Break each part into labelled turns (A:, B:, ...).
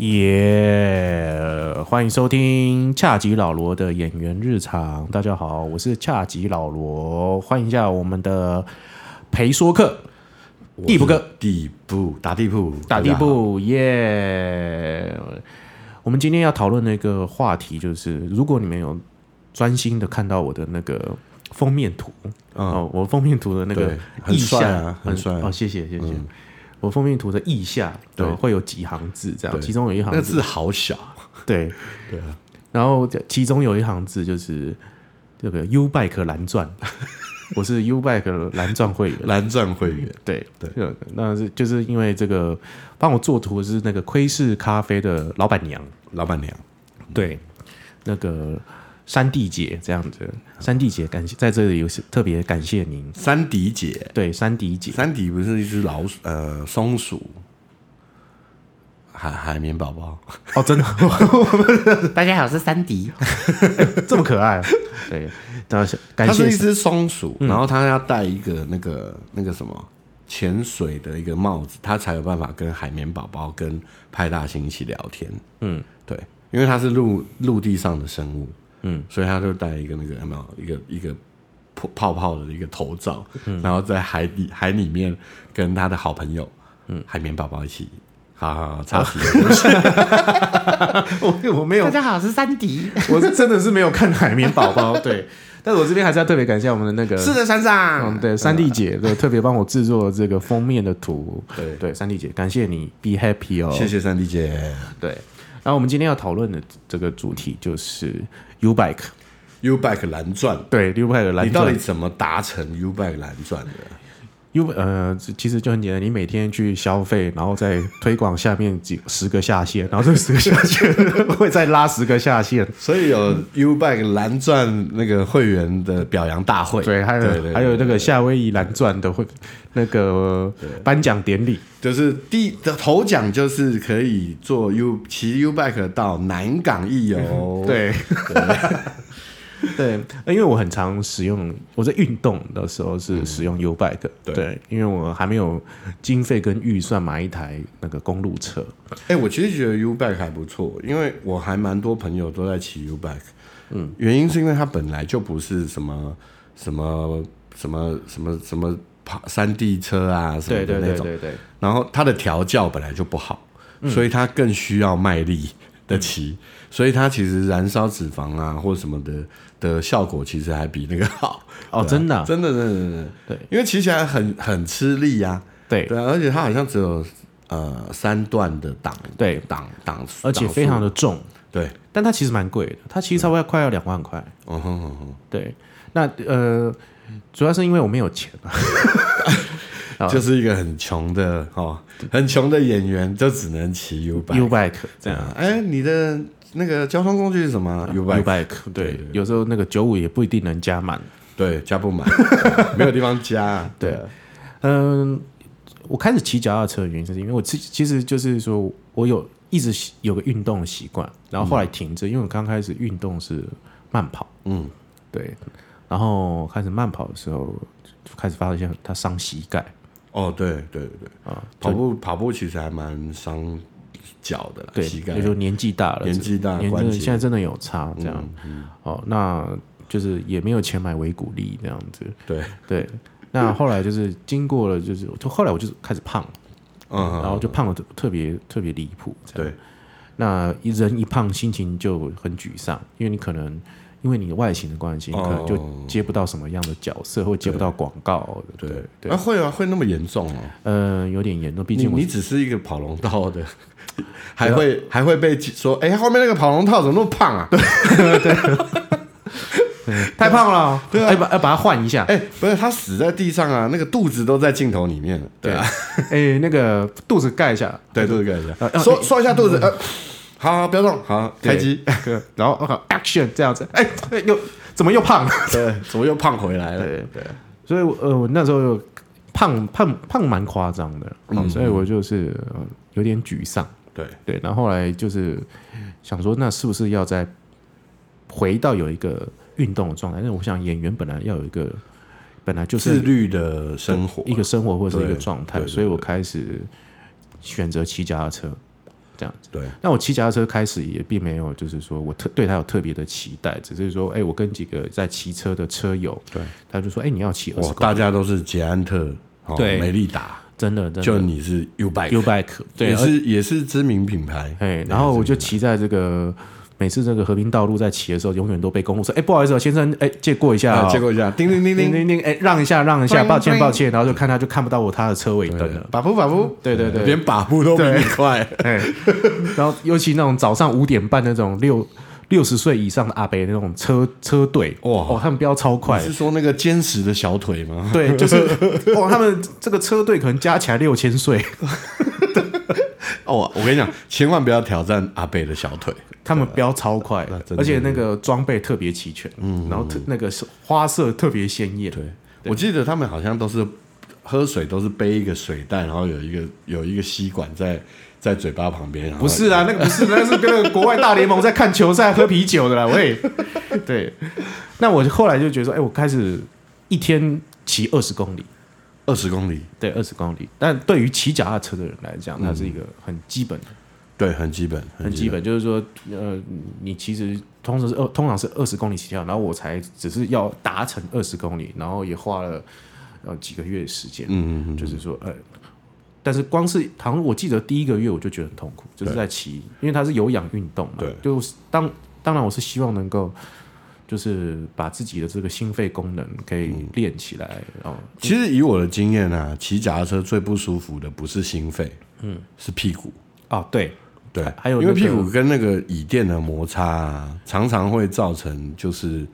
A: 耶欢迎收听恰吉老罗的演员日常。大家好，我是恰吉老罗，欢迎一下我们的陪说客地步哥，
B: 地步打地铺，
A: 打
B: 大
A: 地
B: 家好，
A: 步耶。我们今天要讨论的一个话题就是，如果你们有专心的看到我的那个封面图，
B: 嗯，
A: 哦，我封面图的那个
B: 对很
A: 意
B: 帅
A: 象
B: 啊很帅啊
A: 哦，谢谢谢谢。我封面图的意象，
B: 对
A: 呃会有几行字这样，
B: 对
A: 其中有一
B: 那
A: 行
B: 个
A: 字
B: 字好小，
A: 对
B: 对啊，
A: 然后这其中有一行字就是这个 U Bike 蓝钻，我是 U Bike 蓝钻会员。
B: 蓝钻会员，
A: 对
B: 对
A: 对，那是就是因为这个帮我做图的是那个窥视咖啡的老板娘，
B: 老板娘，
A: 嗯对，嗯那个山地姐这样子，山地姐感谢在这里有特别感谢您，
B: 三迪姐，
A: 对，山迪姐，
B: 三迪不是一只老鼠，呃，松鼠，海海绵宝宝，
A: 哦， 真的
C: 大家好，我是三迪。
A: 这么可爱，啊对，然后感
B: 它是一
A: 谢
B: 只松鼠，然后它要戴一个那个那个什么潜水的一个帽子，它才有办法跟海绵宝宝跟派大星一起聊天。嗯，对，因为它是陆陆地上的生物，嗯，所以它就戴一个那个有没有一个一个泡泡泡的一个头罩，然后在海底海里面跟他的好朋友，嗯，哦海绵宝宝一起。好好好，差题了，对不起
A: 我我没有
C: 大家好，我是三迪。
A: 我是真的是没有看海绵 宝宝，对，但是我这边还是要特别感谢我们的那个
B: 是的，山
A: 嗯，
B: 上，
A: 对，三弟姐对特别帮我制作这个封面的图，
B: 对
A: 对，三弟姐，感谢你，Be happy 哦，
B: 谢。谢三弟姐
A: 对，然后我们今天要讨论的这个主题就是 U Bike，
B: ，U Back 蓝钻，
A: 对，U Bike 的蓝
B: 你到
A: 钻
B: 底怎么达成 U b a c 蓝钻的？
A: ，U 呃，其实就很简单，你每天去消费，然后再推广下面几十个下线，然后这十个下线会再拉十个下线，
B: 所以有 U b a c 蓝钻那个会员的表扬大会，
A: 对，还有
B: 对对
A: 还有那个夏威夷蓝钻的会那个颁奖典礼，
B: 就是第的头奖就是可以坐 U 骑 U b a c 到南港一游，，
A: 嗯 对，对，因为我很常使用，我在运动的时候是使用 U bike，、
B: 对
A: 因为我还没有经费跟预算买一台那个公路车，
B: 哎、我其实觉得 U b a c 还不错，因为我还蛮多朋友都在骑 U b a c 嗯，原因是因为它本来就不是什么什么什么什么什么跑山地车啊什么的那种，
A: 对，
B: 然后它的调教本来就不好，
A: 嗯
B: 所以它更需要卖力的骑，所以它其实燃烧脂肪啊或什么的的效果其实还比那个好。
A: 哦，真的啊、
B: 真的，真的，真的，
A: 对，
B: 因为骑起来很很吃力呀、
A: 对
B: 对啊，而且它好像只有呃三段的档，
A: 对
B: 档档数，
A: 而且非常的重，
B: 对，
A: 但它其实蛮贵的，它其实差不多要快要两万块，
B: 哦吼吼吼
A: 对，那呃，主要是因为我没有钱啊， 啊
B: 就是一个很穷的哦，很穷的演员就只能骑 U bike，
A: U bike 这样。
B: 啊哎，你的那个交通工具是什么？U 啊 bike，
A: U bike 对
B: 对对，
A: 有时候那个九五也不一定能加满。
B: 对，加不满，没有地方加。
A: 对嗯，我开始骑脚踏车的原因是因为我其其实就是说我有一直喜有个运动的习惯，然后后来停着，因为我刚开始运动是慢跑，
B: 嗯，
A: 对，然后开始慢跑的时候就开始发现它伤膝盖
B: 哦，对对对对，
A: 啊，
B: 跑步跑步其实还蛮伤脚的啦，
A: 对，
B: 膝盖
A: 也。就年纪大了，
B: 年纪大
A: 年
B: 关节嗯
A: 现在真的有差这样，哦，那就是也没有钱买维骨力这样子，
B: 对，
A: 对。那后来就是经过了，就是就后来我就开始胖，
B: 嗯，
A: 然后就胖的特别特别离谱，这样
B: 对，
A: 那一人一胖，心情就很沮丧，因为你可能因为你的外形的关系，你
B: 哦
A: 可能就接不到什么样的角色，或接不到广告。对
B: 对
A: 对
B: 啊，，会啊，会那么严重哦。
A: 呃，有点严重，毕
B: 你
A: 竟我
B: 你只是一个跑龙套的，还会还会被说，哎，后面那个跑龙套怎么那么胖啊？
A: 太胖了， 对啊，要把要把它换一下。
B: 哎，不是，他死在地上啊，那个肚子都在镜头里面了。对啊，
A: 哎，那个肚子盖一下，
B: 对，肚子看一下，
A: 呃
B: 缩缩一下肚子，呃，好，好不要动，好，开机。
A: 对，然后呃 action 这样子，哎，哎又怎么又胖了？
B: 对，怎么又胖回来了？
A: 对
B: 对，
A: 所以我呃，我那时候
B: 嗯
A: 又胖胖胖蛮夸张的，哦所以我就是呃有点沮丧。
B: 对对，
A: 对，然后后来就是想说，那是不是要再回到有一个运动的状态？但是我想演员本来要有一个，本来就
B: 自
A: 是
B: 律的生活，
A: 一个生活或者是一个
B: 对
A: 状态，
B: 对对
A: 所以我开始选择骑脚踏车这样子。
B: 对
A: 那我骑脚踏车开始也并没有，就是说我特对它有特别的期待，只是说，哎、我跟几个在骑车的车友，
B: 对，
A: 他就说，哎、你要骑二
B: 哇
A: 十，公
B: 大家都是捷安特，哦
A: 对
B: 美利达，
A: 里，真的，真
B: 就
A: 的
B: 你是 U bike，
A: ，U bike，对，
B: 也
A: 而
B: 是也是知名品牌，
A: 哎，然后我就骑在这个每次这个和平道路在骑的时候，永远都被公路车，哎，不好意思、哦，先生，哎，借过一下、
B: 啊，
A: 哦，
B: 结果一下，叮叮叮
A: 叮
B: 叮，
A: 叮叮，哎，让一下，让一下，
C: Bling，
A: 抱歉，
C: bling
A: 抱歉，然后就看他就看不到我他的车尾灯了，
B: 把步把步，
A: 对对对，
B: 连把步都比你快，
A: 哎，然后尤其那种早上五点半那种六六十岁以上的阿伯那种车车队，
B: 哇
A: 哦，他们飙超快
B: 你是。说那个坚实的小腿吗？
A: 对，就是哇，他们这个车队可能加起来六 千岁，
B: 哦，我跟你讲，千万不要挑战阿贝的小腿，
A: 他们飙超快
B: 那，真的
A: 而且那个装备特别齐全，嗯，然后特那个是花色特别鲜艳，对，
B: 我记得他们好像都是喝水都是背一个水袋，然后有一个有一个吸管在在嘴巴旁边，然后
A: 不是啊，那个不是，那是跟那个国外大联盟在看球赛喝啤酒的啦， 喂。对，那我后来就觉得说，哎、我开始一天骑二十公里，
B: 二十公里，
A: 对，二十公里。但对于骑脚踏车的人来讲，它是一个很基本的、
B: 对，很基本，
A: 嗯很基本，就是说，呃，你其实通常是二，通常是二十公里起跳，然后我才只是要达成二十公里，然后也花了呃几个月的时间，
B: 嗯，嗯嗯，
A: 就是说，呃，但是光是好像我记得第一个月我就觉得很痛苦，就是在骑，因为它是有氧运动嘛，
B: 对
A: 就是当当然我是希望能够。就是把自己的这个心肺功能可以
B: 嗯
A: 练起来，哦然后
B: 其实以我的经验啊，骑脚踏车最不舒服的不是心肺，嗯，是屁股。
A: 啊，对，
B: 对
A: 还，还有
B: 因为
A: 那
B: 屁
A: 个
B: 股跟那个椅垫的摩擦、啊，常常会造成就是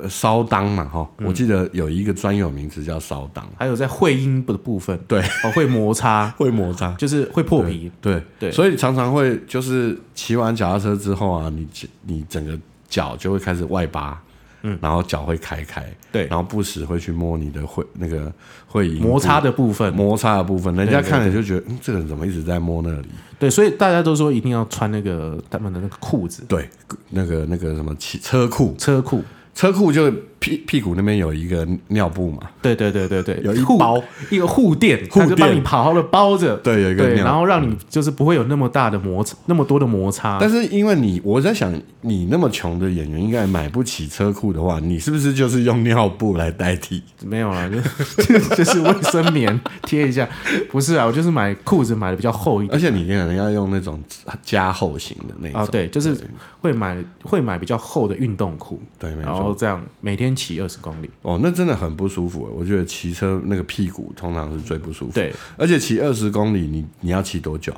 B: 呃烧裆嘛，哈、
A: 嗯
B: 我记得有一个专有名词叫烧裆，
A: 还有在会阴部的部分，
B: 对
A: 哦，会摩擦，
B: 会摩擦。
A: 就是会破皮，
B: 对
A: 对
B: 所以常常会就是骑完脚踏车之后啊，你你整个脚就会开始外八，嗯，然后脚会开开，
A: 对
B: 然后不时会去摸你的会那个会阴部
A: 哦摩擦的部分，
B: 摩擦的部分，人家
A: 对对
B: 看了就觉得，嗯，这个人怎么一直在摸那里？
A: 对，所以大家都说一定要穿那个他们的那个裤子，
B: 对，那个那个什么骑车库，
A: 车裤，
B: 车库就屁屁股那边有一个尿布嘛，
A: 对对对对对，
B: 有一
A: 护
B: 包
A: 一个护垫，
B: 护
A: 它就帮
B: 垫
A: 你好好的包着，
B: 对有一个
A: 对，
B: 尿
A: 然后让你就是不会有那么大的摩擦，那么多的摩擦，
B: 但是因为你，我在想，你那么穷的演员应该买不起车库的话，你是不是就是用尿布来代替？
A: 没有啦，就 就是卫生棉贴一下，不是啊，我就是买裤子买的比较厚一点
B: 而且你可能要用那种加厚型的那种。
A: 嗯啊，对，就是会买会买比较厚的运动裤，
B: 对，没
A: 然
B: 错。
A: 后这样每天骑二十公里，
B: 哦，那真的很不舒服。欸我觉得骑车那个屁股通常是最不舒服。，
A: 对，
B: 而且骑二十公里，你你要骑多久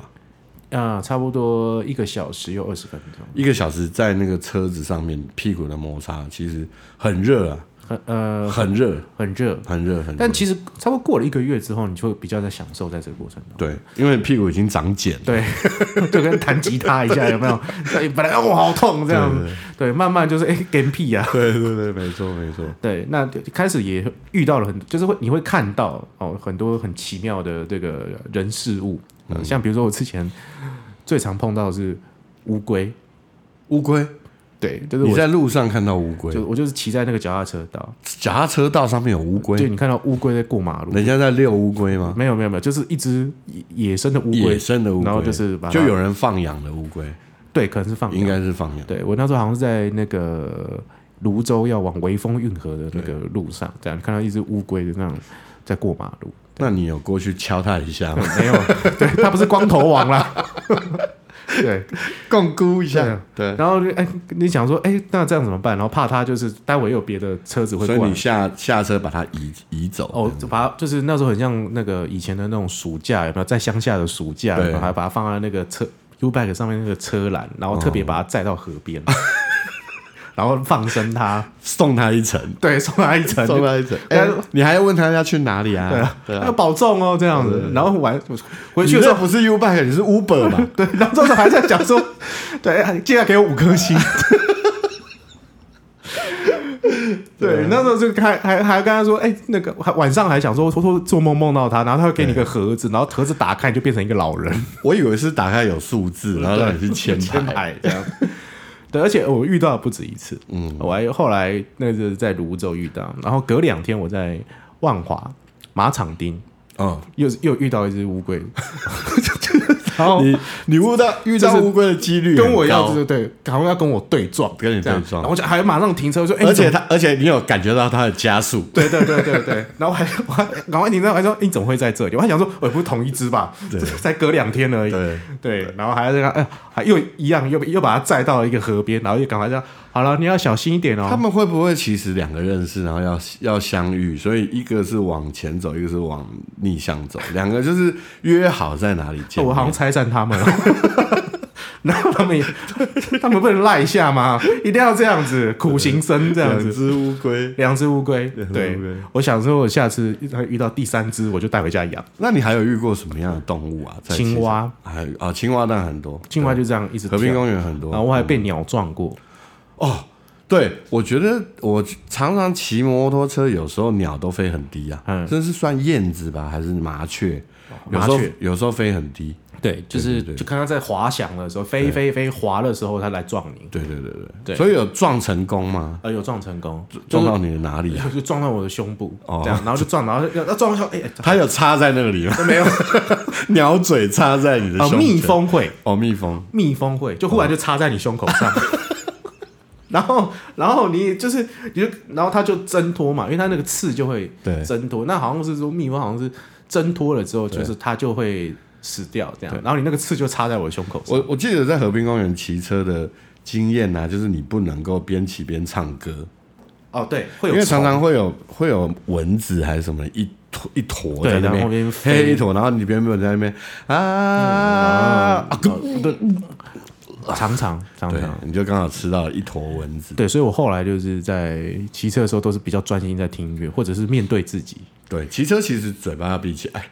B: 啊？
A: 啊、差不多一个小时又二十分钟。
B: 一个小时在那个车子上面，屁股的摩擦其实很热啊，
A: 很呃
B: 很热，
A: 很热，
B: 很热，很热。
A: 但其实差不多过了一个月之后，你就会比较在享受在这个过程中。
B: 对，因为屁股已经长茧了。
A: 对， 就跟弹吉他一下，有 没有？对，本来哦好痛这样，对，慢慢就是哎跟屁啊，
B: 对对对，没错没错。
A: 对，那就开始也遇到了很，就是会你会看到哦很多很奇妙的这个人事物，呃
B: 嗯
A: 像比如说我之前最常碰到的是乌龟，
B: 乌龟，
A: 对，就是
B: 你
A: 我
B: 在路上看到乌龟
A: 就，我就是骑在那个脚踏车道，
B: 脚踏车道上面有乌
A: 就
B: 龟，
A: 你看到乌龟在过马路，
B: 人家在遛乌龟吗？
A: 没有没有没有，就是一只野野生的嗯乌龟
B: 野，生的乌龟，
A: 然后就是把它
B: 就有人放养的乌龟，
A: 对，可能是放
B: 应
A: 养
B: 该是放养。
A: 对我那时候好像是在那个泸州要往潍坊运河的那个路上，这样看到一只乌龟的那种在过马路，
B: 那你有过去敲它一 下吗？
A: 没有，对，它不是光头王啦。 对，
B: 共估一
A: 对啊，
B: 对。
A: 然后就哎、你想说，哎、那这样怎么办？然后怕它就是待会又有别的车子会
B: 所以
A: 过来
B: 你，下下车把它移移走。
A: 哦，就把它就是那时候很像那个以前的那种暑假，有没有在乡下的暑假，
B: 对
A: 然后还把它放在那个车 U bike 上面那个车篮，然后特
B: 哦
A: 别把它载到河边， 然后放生它，
B: 送它一程，
A: 对，送它一程，
B: 它一程。哎，你还要问他要去哪里
A: 对
B: 啊
A: 啊？，要保重哦，这样子。然后玩回
B: 回
A: 去
B: 去的
A: 的时
B: 时
A: 候，
B: 候不是 U bike，你是 Uber 嘛？
A: 对，然后之后还在 讲说，对，哎接下来给我五颗星。对，那时候就还还还跟他说，哎、那个还晚上还想说，偷偷做梦梦到他，然后他会给你个盒子，然后盒子打开你就变成一个老人。
B: 我以为是打开有数字，然后让你去签
A: 签
B: 牌。
A: 牌这样。对，而且我遇到不止一次，嗯，我还后来那个在泸州遇到，然后隔两天我在万华马场町
B: 嗯，
A: 又又遇到一只乌龟， 然后
B: 你你遇到遇到
A: 就是
B: 乌龟的几率
A: 跟我
B: 很
A: 要
B: 高
A: 对对，好像要跟我对撞，
B: 跟你
A: 这样
B: 对撞
A: 然后我就还马上停车我说，哎、
B: 而且
A: 你怎么
B: 他而且你有感觉到他的加速，
A: 对对对对对，然后我还我还赶快停车，我还说哎你怎么会在这里？我还想说，我不是同一只吧？才隔两天而已，
B: 对
A: 对，然后还在那哎，还又一样又又把它载到一个河边，然后又赶快这样，好了，你要小心一点哦。
B: 他们会不会其实两个认识，然后要要相遇，所以一个是往前走，一个是往逆向走，两个就是约好在哪里见面。
A: 我好像拆散他们了。 然后他们也，他们不能赖一下吗？一定要这样子，苦行僧这样
B: 两
A: 子。
B: 只乌龟。
A: 两只乌龟，
B: 两只
A: 对
B: 乌龟，
A: 我想说，我下次遇到第三只，我就带回家养。
B: 那你还有遇过什么样的动物啊？在
A: 青蛙，
B: 还有啊，青蛙当然很多，
A: 青蛙就这样一直
B: 对河滨
A: 跳
B: 公园很多。
A: 然后我还被鸟撞过，
B: 哦，对，我觉得我常常骑摩托车，有时候鸟都飞很低啊，
A: 嗯
B: 这是算燕子吧，还是麻雀？有
A: 麻
B: 时候
A: 雀
B: 有时候飞很低，
A: 对，就是
B: 嗯对对对
A: 就看它在滑翔的时候，飞飞飞滑的时候，它来撞你，
B: 对对对对
A: 对
B: 所以有撞成功吗？
A: 呃，有撞成功，
B: 撞到你的哪里啊？
A: 就就撞到我的胸部，
B: 哦
A: 这样，然后就撞，然后要要撞到哎，
B: 它有插在那里吗？
A: 没有，
B: 鸟嘴插在你的
A: 呃，
B: 胸前
A: 蜜蜂会，
B: 哦，蜜蜂
A: 蜜蜂会，就忽然就插在你胸口上。
B: 哦
A: 然后，然后你就是，你就，然后它就挣脱嘛，因为它那个刺就会
B: 对
A: 挣脱。那好像是说蜜蜂好像是挣脱了之后，就是它就会死掉这样。然后你那个刺就插在我的胸口上。
B: 我我记得在河滨公园骑车的经验啊，就是你不能够边骑边唱歌，
A: 哦，对，会
B: 因
A: 有
B: 为常
A: 虫
B: 常会有会有蚊子还是什么一坨一坨
A: 对
B: 在那
A: 然后
B: 边
A: 边，飞嗯
B: 黑一坨，然后你边边在那边啊，啊对
A: 常常常
B: 对啊
A: 常，
B: 你就刚好吃到了一坨蚊子，
A: 对，所以我后来就是在骑车的时候都是比较专心在听音乐，或者是面对自己。
B: 对，骑车其实嘴巴要闭起来，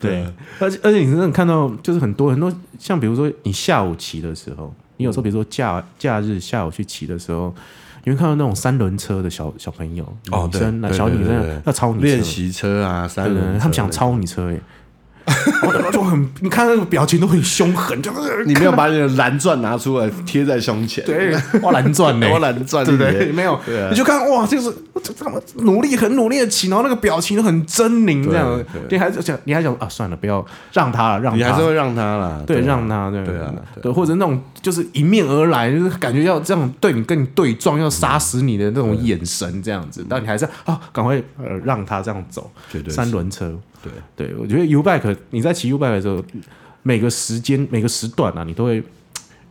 A: 对，而且而且你真的看到，就是很多很多，像比如说你下午骑的时候，你有时候比如说假假日下午去骑的时候，你会看到那种三轮车的小小朋友，
B: 哦
A: 女
B: 对
A: 生、啊
B: 对
A: 小女
B: 对对对
A: 生要超你
B: 练
A: 车，
B: 习车啊，三
A: 对对
B: 轮
A: 对，
B: 车，
A: 他们想超你车耶。 我就很，你看那个表情都很凶狠，就是
B: 你没有把你的蓝钻拿出来贴在胸前，
A: 对， 哇，蓝钻呢，
B: 我懒得转，
A: 对不
B: 不
A: 对？没有，
B: 对啊
A: 你就看哇，就是这他妈努力很努力的骑，然后那个表情很狰狞这样
B: 对，
A: 你还想你还想啊，算了，不要让他了，让
B: 你还是
A: 他。
B: 会让他啦，
A: 对，
B: 啊
A: 让他对
B: 对啊对啊
A: 对，或者那种就是迎面而来，就是感觉要这样对你跟你对撞，要杀死你的那种眼神这样子，但你还是啊，赶快呃让他这样走。
B: 绝对是
A: 三轮车，
B: 对
A: 对我觉得 U bike 你在骑 U bike 的时候，每个时间每个时段啊，你都会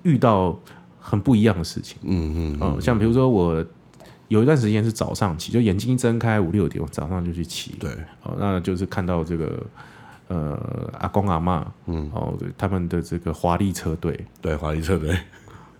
A: 遇到很不一样的事情。
B: 嗯嗯，
A: 嗯，像比如说我有一段时间是早上起，就眼睛一睁开五六点，我早上就去骑。
B: 对，
A: 哦，那就是看到这个呃阿公阿嬷，嗯，哦他们的这个华丽车队，
B: 对，华丽车队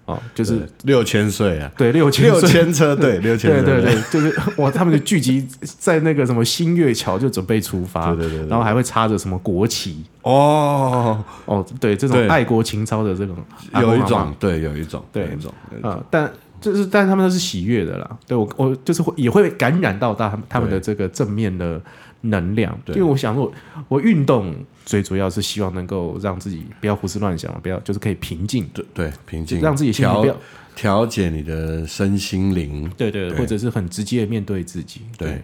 A: 哦，就是
B: 六千岁啊，
A: 对 六千
B: 六
A: 岁
B: 千车队，六千
A: 对
B: 车
A: 对
B: 队，
A: 对，就是哇，他们就聚集在那个什么新月桥就准备出发，
B: 对对对对
A: 然后还会插着什么国旗，
B: 哦，
A: 哦，对，这种
B: 对
A: 爱国情操的这种阿公
B: 有一
A: 阿嬷
B: 种，对，有一种，
A: 对
B: 有一种，对
A: 啊、但就是，但他们都是喜悦的啦。对我，我就是会也会感染到他们他们的这个正面的能量。因
B: 对
A: 为我想说我，我运动最主要是希望能够让自己不要胡思乱想，不要就是可以平静，
B: 对对，平静，
A: 让自己心情
B: 调
A: 不要
B: 调节你的身心灵，
A: 对对，
B: 对
A: 或者是很直接的面对自己。
B: 对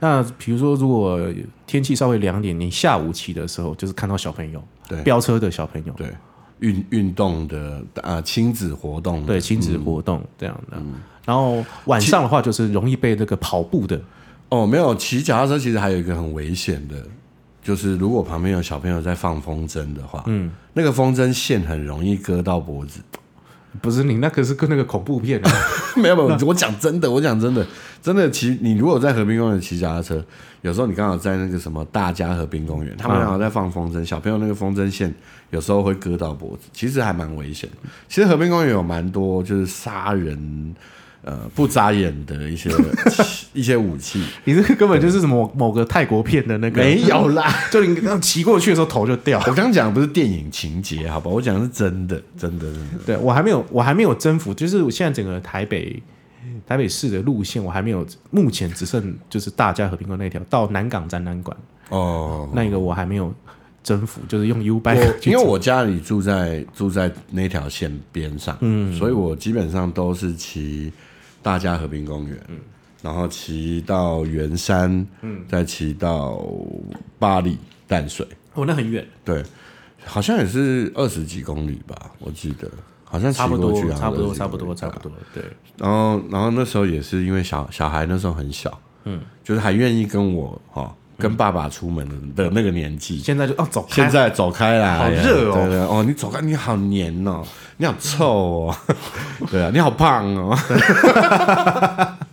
A: 那比如说，如果天气稍微凉点，你下午骑的时候，就是看到小朋友
B: 对
A: 飙车的小朋友，
B: 对，运运动的啊，亲子活动，
A: 对，亲子活动这样的。然后晚上的话，就是容易被那个跑步的
B: 哦，没有骑脚踏车，其实还有一个很危险的，就是如果旁边有小朋友在放风筝的话，嗯，那个风筝线很容易割到脖子。
A: 不是你那个是跟那个恐怖片、啊，
B: 没有没有，我讲真的，我讲真的，真的骑你如果在河滨公园骑脚踏车，有时候你刚好在那个什么大家河滨公园，他们刚好在放风筝，小朋友那个风筝线有时候会割到脖子，其实还蛮危险。其实河滨公园有蛮多就是杀人。呃，不眨眼的一些 一些武器
A: 你这个根本就是什么某个泰国片的那个，
B: 没有啦。
A: 就你这样骑过去的时候头就 掉。
B: 我刚讲的不是电影情节，好吧？我讲的是真的，真的，真的。
A: 对我还没有，我还没有征服，就是我现在整个台北台北市的路线我还没有，目前只剩就是大家和平馆那条到南港展览馆
B: 哦，
A: 那个我还没有征服，就是用 U
B: 我
A: bike 去
B: 因为
A: 走
B: 我家里住在住在那条线边上，嗯，所以我基本上都是骑大家和平公园，嗯，然后骑到圆山，嗯，再骑到巴黎淡水，
A: 哦那很远，
B: 对，好像也是二十几公里吧，我记得好像骑
A: 差不
B: 过
A: 多
B: 去，
A: 差不多
B: 好像20
A: 差不
B: 公
A: 多
B: 里
A: 差不多，对，
B: 然后，然后那时候也是因为小小孩那时候很小，嗯，就是还愿意跟我哈、哦、跟爸爸出门的的那个年纪。
A: 现在就哦走开
B: 现在走开啦！哎
A: 好热哦
B: 对对哦，你走开，你好黏哦，你好臭哦， 对啊，你好胖哦。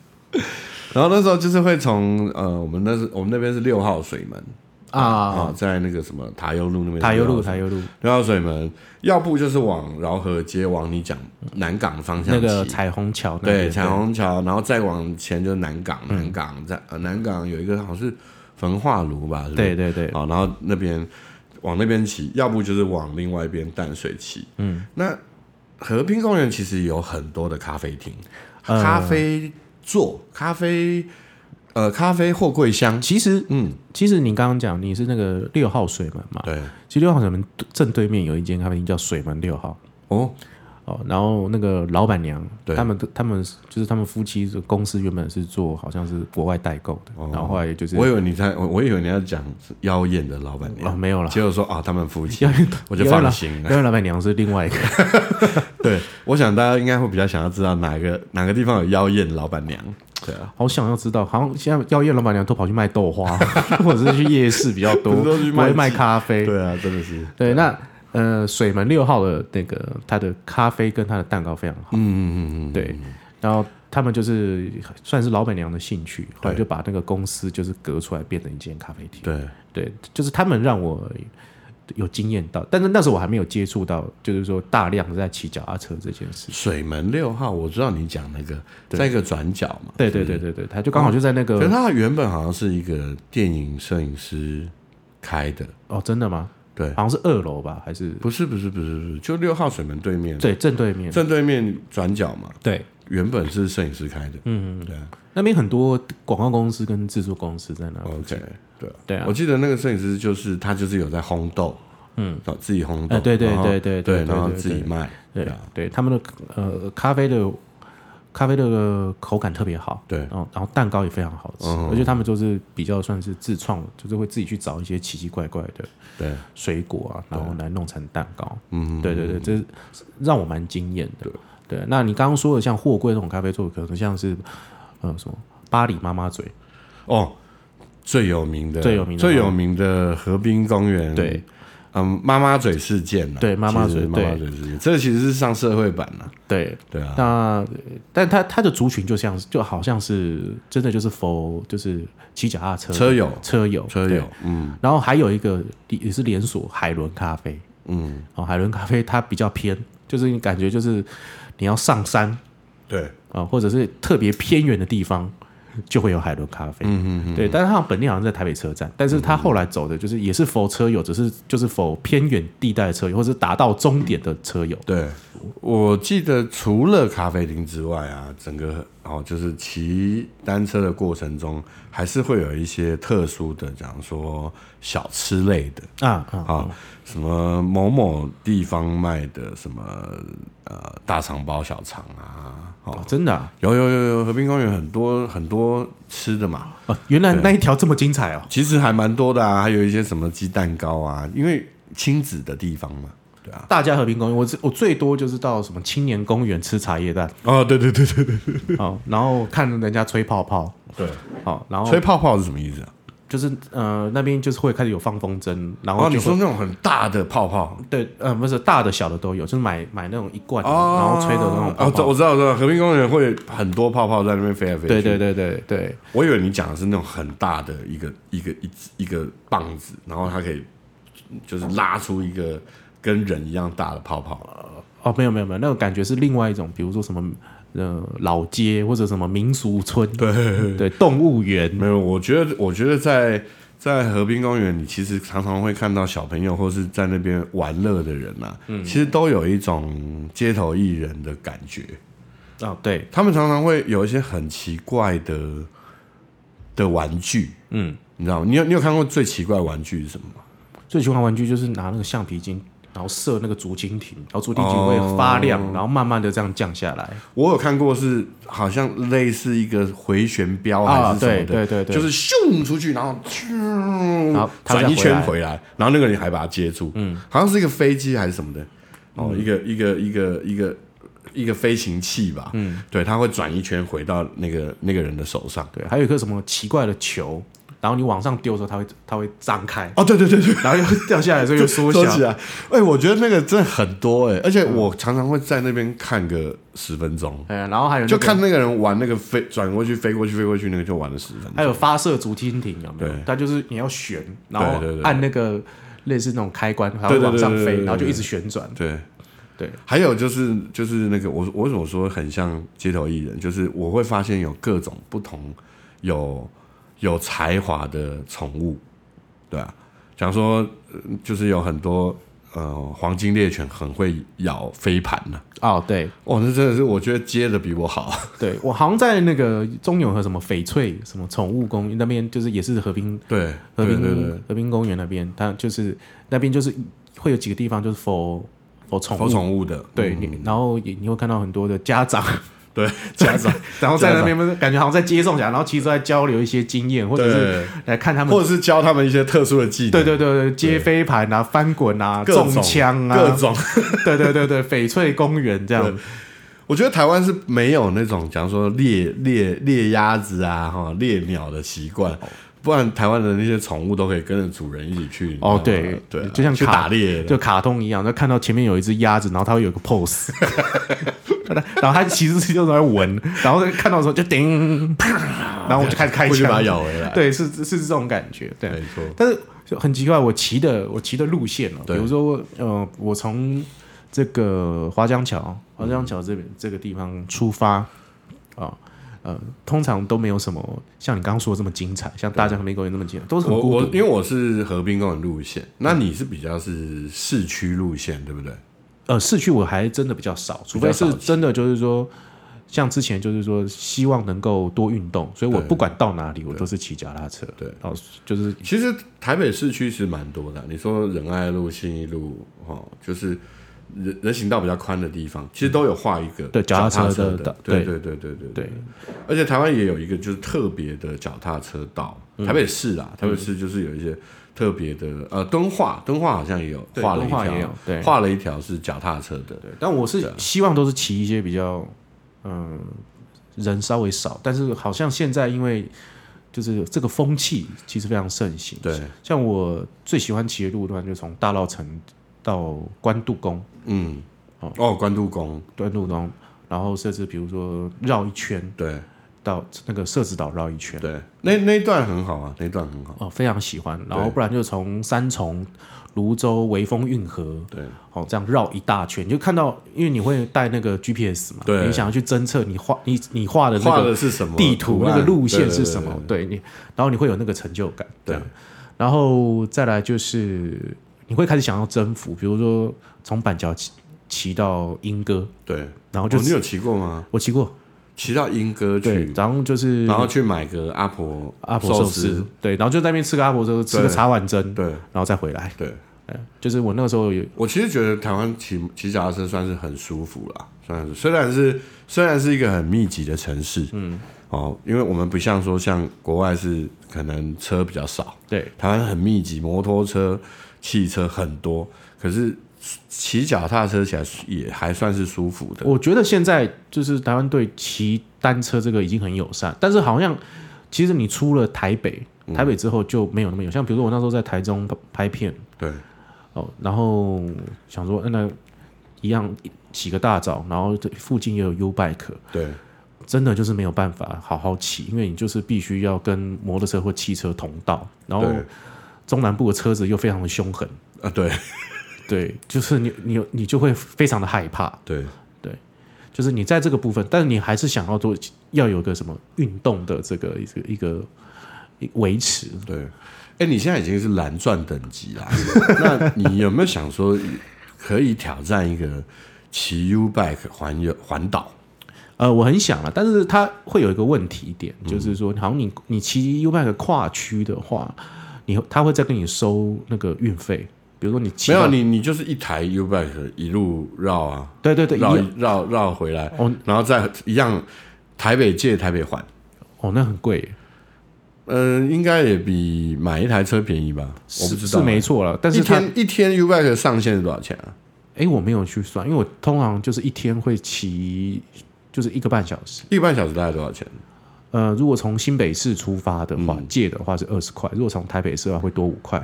B: 然后那时候就是会从呃，我们那是我们那边是六号水门
A: 啊，
B: 啊、在那个什么塔悠路那边，
A: 塔悠路塔悠路
B: 六号水门，要不就是往饶河街往你讲南港方向
A: 嗯
B: 骑，
A: 那个彩虹桥那
B: 对，
A: 边嗯
B: 彩虹桥，然后再往前就是南港，南港在呃南港有一个好像是焚化炉吧，是不是
A: 对对对
B: 好，然后那边往那边骑，要不就是往另外一边淡水骑，嗯，那和平公园其实有很多的咖啡厅、
A: 呃
B: 咖啡座、咖啡呃咖啡货柜箱，
A: 其实，
B: 嗯，
A: 其实你刚刚讲你是那个六号水门嘛，
B: 对，
A: 其实六号水门正对面有一间咖啡厅叫水门六号
B: 哦，
A: 哦，然后那个老板娘，
B: 对
A: 他们他们就是他们夫妻的公司原本是做好像是国外代购的，然后后来就是
B: 哦我以为你在，我我以为你要讲是妖艳的老板
A: 哦
B: 娘，
A: 没有了，
B: 结果说啊、他们夫妻
A: 妖艳，
B: 我就放心了
A: 因。为老板娘是另外一个，
B: 对，我想大家应该会比较想要知道哪个哪个地方有妖艳老板娘。对啊，
A: 好想要知道，好像现在药业老板娘都跑去卖 豆花，或者是去夜市比较多，
B: 不是都去
A: 不
B: 卖
A: 会卖咖啡。
B: 对啊，真的是，
A: 对，那呃，水门六号的那个它的咖啡跟它的蛋糕非常好，
B: 嗯嗯嗯嗯，
A: 对，然后他们就是算是老板娘的兴趣，后来
B: 对
A: 就把那个公司就是隔出来变成一间咖啡厅，
B: 对，
A: 对，就是他们让我有惊艳到，但是那时候我还没有接触到，就是说大量的在骑脚踏车这件事，
B: 水门六号，我知道你讲那个，在一个转角嘛。嗯
A: 对对对对对，他就刚好就在那
B: 可是哦
A: 个
B: 他原本好像是一个电影摄影师开的，
A: 哦，真的吗？
B: 对，
A: 好像是二楼吧，还是
B: 不是不是不是不是，就六号水门对面，
A: 对正对面？
B: 正对面转角嘛，
A: 对，
B: 原本是摄影师开的，嗯，对啊
A: 那边很多广告公司跟制作公司在那附近。
B: ，OK，对啊
A: 对啊
B: 我记得那个摄影师就是他就是有在烘豆，嗯，自己烘豆，
A: 呃对对
B: 然后
A: 对对对对
B: 然后
A: 对
B: 自己卖，
A: 对
B: 啊，
A: 对，他们的呃咖啡的咖啡的口感特别好，
B: 对
A: 然后然后蛋糕也非常好吃，
B: 嗯
A: 而且他们就是比较算是自创，就是会自己去找一些奇奇怪怪的
B: 对，
A: 水果啊，然后来弄成蛋糕。
B: 嗯，
A: 对对对，这是让我蛮惊艳的。对，那你刚刚说的像货柜那种咖啡座，可能像是呃什么巴黎妈妈嘴，
B: 哦，最有名的
A: 最有名的
B: 最有名的河滨公园，
A: 对，
B: 嗯，妈妈嘴事件啊
A: 对妈妈嘴
B: 其实妈妈嘴事件，这其实是上社会版了、
A: 对，
B: 对啊，
A: 那但他他的族群就像是就好像是真的就是否就是骑脚踏车
B: 车友
A: 车友
B: 车
A: 对
B: 友，嗯
A: 然后还有一个也是连锁海伦咖啡
B: 嗯，
A: 哦，海伦咖啡它比较偏，哦就是你感觉就是你要上山
B: 对，
A: 啊、或者是特别偏远的地方，就会有海伦咖啡。嗯嗯对，但是它本地好像在台北车站，但是它后来走的就是也是否车友，只是就是否偏远地带的车友，或者是达到终点的车友。
B: 对，我记得除了咖啡厅之外啊，整个哦，就是骑单车的过程中，还是会有一些特殊的，讲说小吃类的，
A: 啊啊，
B: 啊，什么某某地方卖的什么呃大肠包小肠啊，哦，
A: 哦，真的啊、
B: 有有有有，和平公园很多很多吃的嘛，
A: 哦，原来那一条这么精彩哦。
B: 其实还蛮多的啊，还有一些什么鸡蛋糕啊，因为亲子的地方嘛，对啊，
A: 大家和平公园，我我最多就是到什么青年公园吃茶叶蛋，
B: 哦，对对对对对
A: 哦，然后看人家吹泡泡，
B: 对，
A: 哦，然后
B: 吹泡泡是什么意思啊？
A: 就是呃那边就是会开始有放风筝，然
B: 哦，
A: 后就
B: 你
A: 会、
B: 说那种很大的泡泡，
A: 对呃不是大的小的都有，就是买买那种一罐的，
B: 哦，
A: 然后吹的那种泡
B: 哦，这
A: 泡。
B: 我知道，我知道，和平公园会很多泡泡在那边飞来飞去，
A: 对对对对对，
B: 我以为你讲的是那种很大的一个一个一一个棒子，然后它可以就是拉出一个跟人一样大的泡泡。
A: 哦没有没有没有，那种感觉是另外一种，比如说什么呃老街或者什么民俗村，对对动物园，
B: 没有，我觉得我觉得在在河滨公园，你其实常常会看到小朋友或是在那边玩乐的人啊，其实都有一种街头艺人的感觉。
A: 哦，对，
B: 他们常常会有一些很奇怪的的玩具，
A: 嗯，
B: 你知道吗？你有你有看过最奇怪的玩具是什么吗？
A: 最喜欢玩具就是拿那个橡皮筋，然后射那个竹蜻蜓，然后竹蜻蜓会发亮，
B: 哦
A: 然后慢慢的这样降下来。
B: 我有看过是好像类似一个回旋镖还
A: 啊
B: 是什么的，
A: 对对对对
B: 就是咻出去，然后
A: 然
B: 咻
A: 后它再
B: 转一圈
A: 回
B: 回来，然后那个人还把它接住，嗯，好像是一个飞机还是什么的，哦，
A: 嗯
B: 一个一个一个一个一个飞行器吧，嗯，对，它会转一圈回到那个那个人的手上，
A: 对，还有一个什么奇怪的球，然后你往上丢的时候，它会它会张开，
B: 哦，对对对对，
A: 然后又掉下来的时候又缩
B: 说
A: 小嗯
B: 起。来，哎、我觉得那个真的很多哎、而且我常常会在那边看个十分钟，
A: 哎，然后还有那
B: 就
A: 个
B: 看那个人玩那个飞转过去飞过去飞过去那个就玩了十分钟。
A: 还有发射竹蜻蜓有没有
B: 对？
A: 它就是你要旋，然后
B: 对对对
A: 按那个类似那种开关，它
B: 对
A: 会
B: 对
A: 往上
B: 对对对
A: 飞，
B: 对
A: 然后就一直旋转。
B: 对
A: 对，
B: 还有就是就是那个我我为什么说很像街头艺人，就是我会发现有各种不同有有才华的宠物，对啊，讲说呃就是有很多呃黄金猎犬很会咬飞盘呐、
A: 哦，对
B: 哦，那真的是我觉得接的比我好，
A: 对，我好像在那个中永和什么翡翠什么宠物公园那边，就是也是河滨
B: 对，对
A: 和平
B: 对对，
A: 和平公园那边，它就是那边就是会有几个地方就是 for for 宠
B: 投
A: 物，
B: 宠物的，
A: 对，
B: 嗯
A: 你然后也你会看到很多的家长，
B: 对，家长，
A: 然后 在
B: 家
A: 那
B: 长
A: 边感觉好像在接送起来，然后其实在交流一些经验，或者是
B: 对
A: 来看他们
B: 或，者是教他们一些特殊的技能，
A: 对对对对，接飞盘啊、翻滚啊、
B: 各种，
A: 中枪
B: 各
A: 啊，
B: 种。
A: 对对对对，翡翠公园这样
B: 对，我觉得台湾是没有那种，假如说猎猎猎鸭子啊，哈，猎鸟的习惯，
A: 哦
B: 不然台湾的那些宠物都可以跟着主人一起去。你知道
A: 哦
B: 吗
A: 对
B: 对啊，
A: 就像
B: 去
A: 卡
B: 打猎，
A: 就卡通一样，就看到前面有一只鸭子，然后它会有一个 pose，然后它其实是就是在闻，然后看到的时候就叮，然后我就开始开
B: 过去把它
A: 枪，
B: 咬回来。
A: 对，是是是这种感觉，对
B: 没。错，
A: 但是就很奇怪，我骑的我骑的路线哦、比
B: 对
A: 如说呃，我从这个华江桥，
B: 嗯
A: 华江桥这边、这个地方出发啊、呃，通常都没有什么像你刚刚说的这么精彩，像大江和玫瑰园那么精彩，都是很
B: 我
A: 孤
B: 我
A: 独嗯
B: 因为我是河滨公园路线，那你是比较是市区路线，对不对？
A: 呃，市区我还真的比较少，除非
B: 比较
A: 是
B: 少
A: 真的就是说，像之前就是说希望能够多运动，所以我
B: 对
A: 不管到哪里，我都是骑脚踏车。
B: 对
A: 然后就是
B: 其实台北市区是蛮多的啊、你说仁爱路、信义路，哦，就是人人行道比较宽的地方，其实都有画一个
A: 嗯对脚踏
B: 踏
A: 车的
B: 车
A: 道
B: 对
A: 对
B: 对对对对
A: 对。
B: 而且台湾也有一个就是特别的脚踏车道，
A: 嗯
B: 台北市啦，台北市就是有一些特别的，呃，敦化，敦化好像也有
A: 对
B: 画了一
A: 敦化也有
B: 条，
A: 对
B: 画了一条是脚踏车的，
A: 对，但我是希望都是骑一些比较嗯、人稍微少，但是好像现在因为就是这个风气其实非常盛行。
B: 对，
A: 像我最喜欢骑的路段就从大稻城到关渡宫，
B: 嗯，哦，关渡宫，
A: 关渡宫，然后甚至比如说绕一圈
B: 对
A: 到那个社子岛绕一圈。
B: 对，那那一段很好啊，那一段很好，
A: 哦，非常喜欢。然后
B: 对
A: 不然就从三重、泸州、微风运河，
B: 对，
A: 哦，这样绕一大圈，你就看到，因为你会带那个 GPS 嘛，
B: 对
A: 你想要去侦测你画你你画的那
B: 画
A: 个
B: 的是什么
A: 地图那
B: 案
A: 个路线
B: 对
A: 是
B: 对
A: 什
B: 对
A: 么，对你，然后你会有那个成就感，这
B: 对
A: 样，然后再来就是你会开始想要征服，比如说从板桥骑骑到莺歌，
B: 对，
A: 然后就
B: 哦你有骑过吗？
A: 我骑过，
B: 骑到莺歌
A: 对
B: 去，，
A: 然后就是
B: 然后去买个阿婆
A: 阿婆寿司
B: 司，，
A: 对，然后就在那边吃个阿婆寿司，吃个
B: 对
A: 茶碗蒸，
B: 对
A: 然后再回来，哎
B: 对。
A: 就是我那个时候有
B: 我其实觉得台湾骑骑脚踏车算是很舒服啦，算是虽然是虽然是一个很密集的城市，嗯，哦，因为我们不像说像国外是可能车比较少，
A: 对
B: 台湾很密集，摩托车、汽车很多，可是骑脚踏车起来也还算是舒服的。
A: 我觉得现在就是台湾对骑单车这个已经很友善，但是好像其实你出了台北，
B: 嗯
A: 台北之后就没有那么友善。比如说我那时候在台中拍拍片
B: 对，
A: 哦，然后想说，呃那一样起个大早，然后这附近也有 U bike，
B: 对，
A: 真的就是没有办法好好骑，因为你就是必须要跟摩托车或汽车同道，然后
B: 对
A: 中南部的车子又非常的凶狠，
B: 啊，对，
A: 对，就是你你你就会非常的害怕。
B: 对，
A: 就是你在这个部分，但是你还是想要做，要有个什么运动的这个一个一个一维持。
B: 对，哎、你现在已经是蓝钻等级 啦，那你有没有想说可以挑战一个骑 U bike 环游环岛？
A: 呃，我很想了，但是它会有一个问题点，就是说，好像你你骑 U bike 跨区的话，你他会再跟你收那个运费，比如说你骑
B: 没有
A: 到
B: 你，你就是一台 U bike 一路绕啊，
A: 对对对，一
B: 绕
A: 样
B: 绕绕回来
A: 哦，
B: 然后再一样台北借台北还，
A: 哦，那很贵耶，
B: 嗯，应该也比买一台车便宜吧？我不
A: 是
B: 知
A: 是
B: 道，
A: 没错了，但
B: 一
A: 是它
B: 天一天 U bike 上限是多少钱啊？
A: 哎，我没有去算，因为我通常就是一天会骑就是一个半小时。
B: 一个半小时大概多少钱？
A: 呃，如果从新北市出发的话，
B: 嗯
A: 借的话是二十块；如果从台北市的话，会多五块。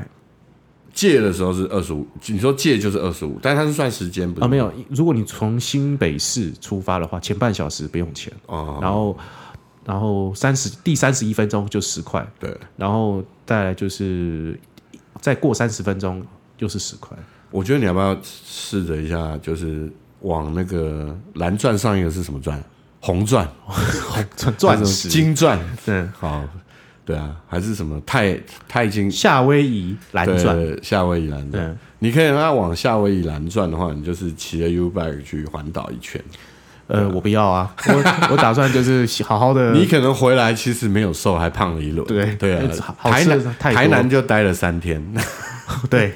B: 借的时候是二十五，你说借就是二十五，但它是算时间不是
A: 啊，没有，如果你从新北市出发的话，前半小时不用钱，
B: 哦，
A: 然后然后三十第三十一分钟就十块，
B: 对，
A: 然后再来就是再过三十分钟又是十块。
B: 我觉得你要不要试着一下，就是往那个蓝钻上一个是什么钻？红钻、
A: 钻钻石、
B: 金钻，
A: 嗯，
B: 好，对啊，还是什么钛钛金
A: 夏威夷蓝钻，
B: 对夏威夷蓝钻。
A: 嗯，
B: 你可以让它往夏威夷蓝钻的话，你就是骑着 U bike 去环岛一圈。
A: 呃，我不要啊，我我 打算就是好好的
B: 你可能回来其实没有瘦，还胖了一轮。
A: 嗯对
B: 对
A: 好
B: 啊，
A: 好
B: 台
A: 吃的
B: 南
A: 太多
B: 台南就待了三天，
A: 对，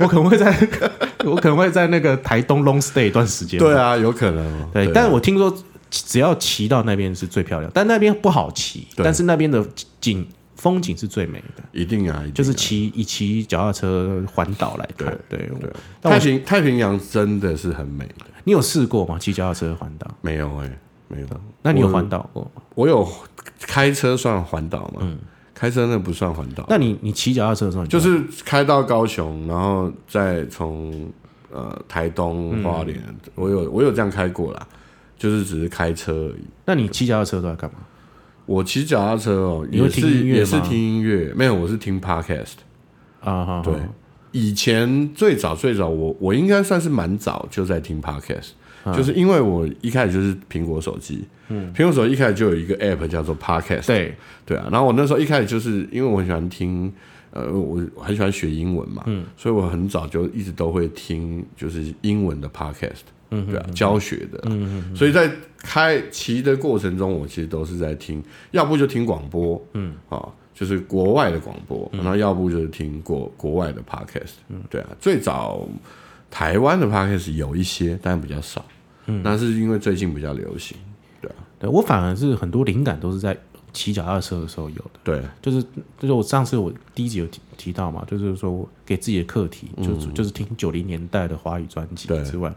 A: 我可能会在， 我可能会在那个台东 long stay 一段时间。
B: 对啊，有可能哦。
A: 对，
B: 啊
A: 但我听说只要骑到那边是最漂亮，但那边不好骑，
B: 对
A: 但是那边的景风景是最美的，
B: 一定啊，一定啊
A: 就是骑以骑脚踏车环岛来看。对，
B: 对
A: 但
B: 太
A: 我
B: 平太平洋真的是很美的。
A: 你有试过吗？骑脚踏车环岛？
B: 没有哎、没有。
A: 那你有
B: 我
A: 环岛过吗？
B: 我有开车算环岛吗？
A: 嗯
B: 开车那不算环岛，
A: 那你你骑脚踏车的时候你
B: 就
A: 知道
B: 是开到高雄，然后再从呃台
A: 嗯
B: 东花莲，我有我有这样开过啦，就是只是开车而已。
A: 那你骑脚踏车都在干嘛？
B: 我骑脚踏车哦，
A: 你会
B: 也是
A: 听音乐吗
B: 也是听音乐，没有，我是听 podcast。
A: 啊哈，
B: 对，以前最早最早我，我应该算是蛮早就在听 podcast，、就是因为我一开始就是苹果手机，嗯，苹果手机一开始就有一个 app 叫做 podcast，
A: 对，
B: 对啊，然后我那时候一开始就是因为我很喜欢听，呃，我我很喜欢学英文嘛，嗯，所以我很早就一直都会听就是英文的 podcast，嗯，对啊，教学的，嗯所以在开骑的过程中，我其实都是在听，要不就听广播，嗯，啊、就是国外的广播，
A: 嗯
B: 然后要不就是听国国外的 podcast，嗯，对啊，最早台湾的 podcast 有一些，但比较少，嗯，那是因为最近比较流行，
A: 对我反而是很多灵感都是在骑脚踏车的时候有的。
B: 对，
A: 就是就是我上次我第一集有提提到嘛，就是说我给自己的课题，就是就是听九零年代的华语专辑
B: 嗯对
A: 之外，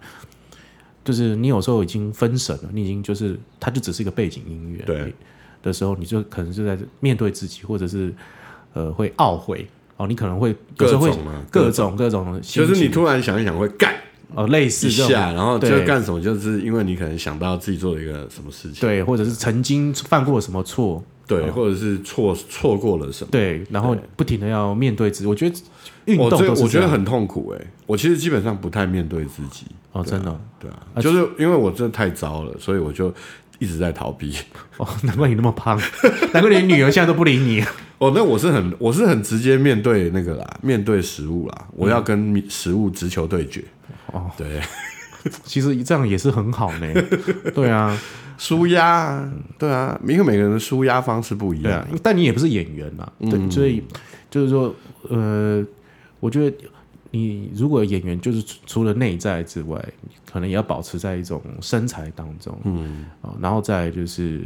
A: 就是你有时候已经分神了，你已经就是它就只是一个背景音乐，
B: 对
A: 的时候，你就可能就在面对自己，或者是呃会懊悔哦，你可能会有时候会
B: 各种啊
A: 各种各种的心
B: 就
A: 情，
B: 是你突然想一想会干。
A: 哦类似
B: 一
A: 这种
B: 下，然后就
A: 对
B: 干什么，就是因为你可能想到自己做了一个什么事情，
A: 对，或者是曾经犯过什么错，
B: 对，或者是错错过了什么。
A: 对，然后不停的要面对自己，我觉得运动
B: 我
A: 都是
B: 这我
A: 这
B: 觉得
A: 样
B: 很痛苦哎、我其实基本上不太面对自己，
A: 哦，真的哦、
B: 对啊，就是因为我真的太糟了，所以我就一直在逃避。
A: 哦， 难怪你那么胖，难怪你女儿现在都不理你。
B: 哦，那我是很我是很直接面对那个啦，面对食物啦，我要跟食物直球对决。
A: 哦，
B: 对，
A: 其实这样也是很好呢。对啊，
B: 舒压啊，
A: 嗯
B: 对啊，因为每个人的舒压方式不一
A: 对
B: 样嗯
A: 啊，，但你也不是演员啊，对，所以就是说，呃，我觉得你如果演员就是除除了内在之外，可能也要保持在一种身材当中，嗯，哦、然后再来就是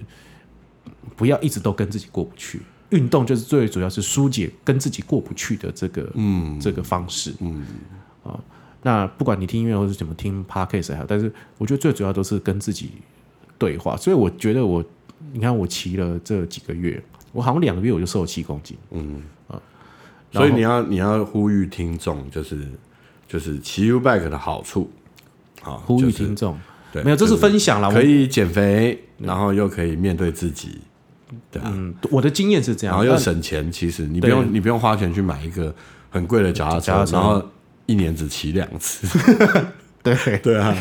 A: 不要一直都跟自己过不去。运动就是最主要是疏解跟自己过不去的这个
B: 嗯
A: 这个方式。哦
B: 嗯，
A: 那不管你听音乐或是怎么听 podcast 也好，但是我觉得最主要都是跟自己对话。所以我觉得我，你看我骑了这几个月，我好像两个月我就瘦了七公斤。
B: 哦
A: 啊然
B: 所
A: 后
B: 以你要你要呼吁听众，就是就是骑 U bike 的好处，好
A: 呼吁
B: 就是
A: 听众，
B: 对
A: 没有，这是
B: 就
A: 分享啦。啊我
B: 可以减肥，然后又可以面对自己，对啊，
A: 嗯，我的经验是这
B: 然
A: 样
B: 后，又
A: 但
B: 省钱。其实你不
A: 对
B: 用你不用花钱去买一个很贵的脚踏
A: 脚踏
B: 车，
A: 车
B: 然后一年只骑两次。
A: 对
B: 对啊，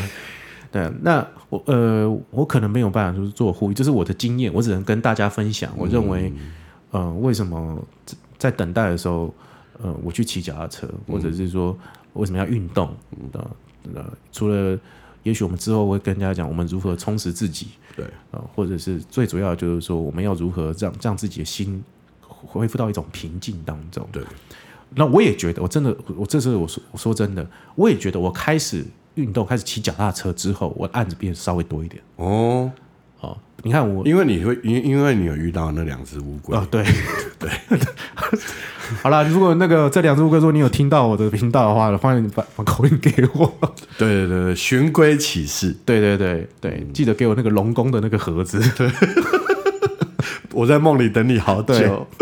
A: 对，那我呃，我可能没有办法就是做呼吁，这是我的经验，我只能跟大家分享。我认为，
B: 嗯
A: 呃，为什么在在等待的时候，呃，
B: 嗯
A: 我去骑脚踏车，或者是说为什么要运动？呃，呃除了也许我们之后会跟大家讲我们如何充实自己，
B: 对
A: 啊、或者是最主要的就是说我们要如何让让自己的心恢复到一种平静当中。
B: 对，
A: 那我也觉得，我真的，我这是我说我说真的，我也觉得我开始运动，开始骑脚踏车之后，我的案子变得稍微多一点
B: 哦，
A: 哦。你看我
B: 因为你会因因为你有遇到那两只乌龟
A: 啊、，对 对，好了，如果那个这两只乌龟说你有听到我的频道的话，欢迎把把口音给我。
B: 对对对对，循规启事。
A: 对对对对，记得给我那个龙宫的那个盒子。
B: 我在梦里等你好
A: 对
B: 久。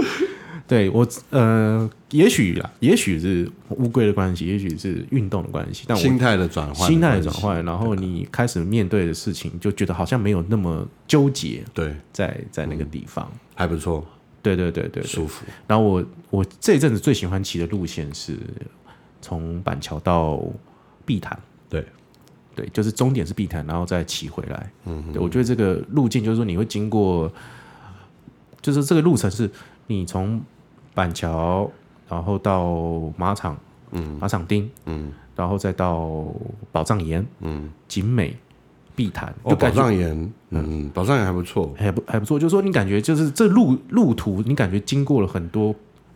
A: 对我呃，也许啦，也许是乌龟的关系，也许是运动的关系，但我
B: 心态的转换，
A: 心态的转，换，然后你开始面对的事情，就觉得好像没有那么纠结
B: 对，
A: 在在那个
B: 嗯
A: 地方。
B: 还不错，
A: 对对对对对
B: 舒服。
A: 然后我我这一阵子最喜欢骑的路线是从板桥到碧潭，
B: 对，
A: 对，就是终点是碧潭，然后再骑回来。嗯，对我觉得这个路径就是说你会经过，就是这个路程是你从板桥，然后到马场，嗯，马场町，
B: 嗯
A: 然后再到宝藏岩、
B: 嗯，
A: 景美、碧潭，
B: 哦，
A: 就
B: 宝
A: 感觉。
B: 藏岩，嗯，宝藏岩还不错，
A: 还不还不错，就是说你感觉就是这路路途，你感觉经过了很多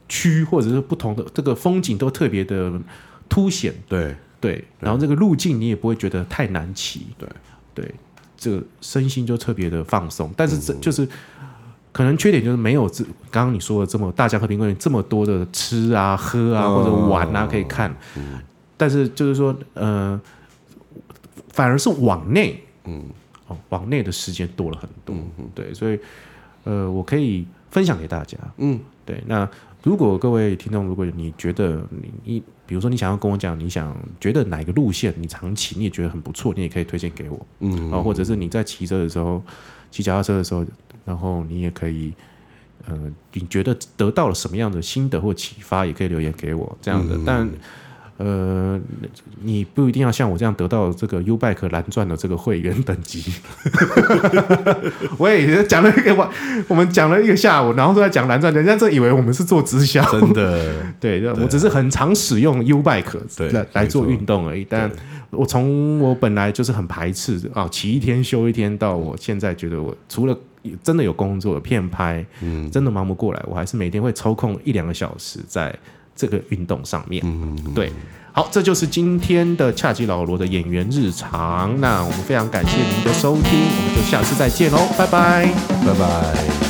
A: 区或者是不同的这个风景都特别的凸显，
B: 对，
A: 对，然后这个路径你也不会觉得太难骑，
B: 对
A: 对，这个身心就特别的放松。但是这
B: 嗯
A: 就是可能缺点就是没有这刚刚你说的这么大家和平公园这么多的吃啊、喝啊
B: 嗯
A: 或者玩啊可以看，但是就是说呃，反而是往内，嗯，哦，往内的时间多了很多，
B: 嗯
A: 对，所以呃，我可以分享给大家，
B: 嗯，
A: 对，那如果各位听众，如果你觉得你你，比如说你想要跟我讲，你想觉得哪一个路线你常骑，你也觉得很不错，你也可以推荐给我啊、
B: 嗯，
A: 或者是你在骑车的时候，骑脚踏车的时候，然后你也可以，呃，你觉得得到了什么样的心得或启发，也可以留言给我这样的。但呃，你不一定要像我这样得到这个 U Bike 蓝钻的这个会员等级。 喂，讲了一个晚，我们讲了一个下午，然后都在讲蓝钻，人家真以为我们是做直销。
B: 真的，
A: 对，那我只是很常使用 U Bike
B: 啊对
A: 来来做
B: 没错
A: 运动而已。但我从我本来就是很排斥啊，骑一天休一天，到我现在觉得我除了真的有工作片拍，
B: 嗯
A: 真的忙不过来，我还是每天会抽空一两个小时在这个运动上面。
B: 嗯，
A: 对，好，这就是今天的恰吉老罗的演员日常。那我们非常感谢您的收听，我们就下次再见喽，拜拜。
B: 拜拜。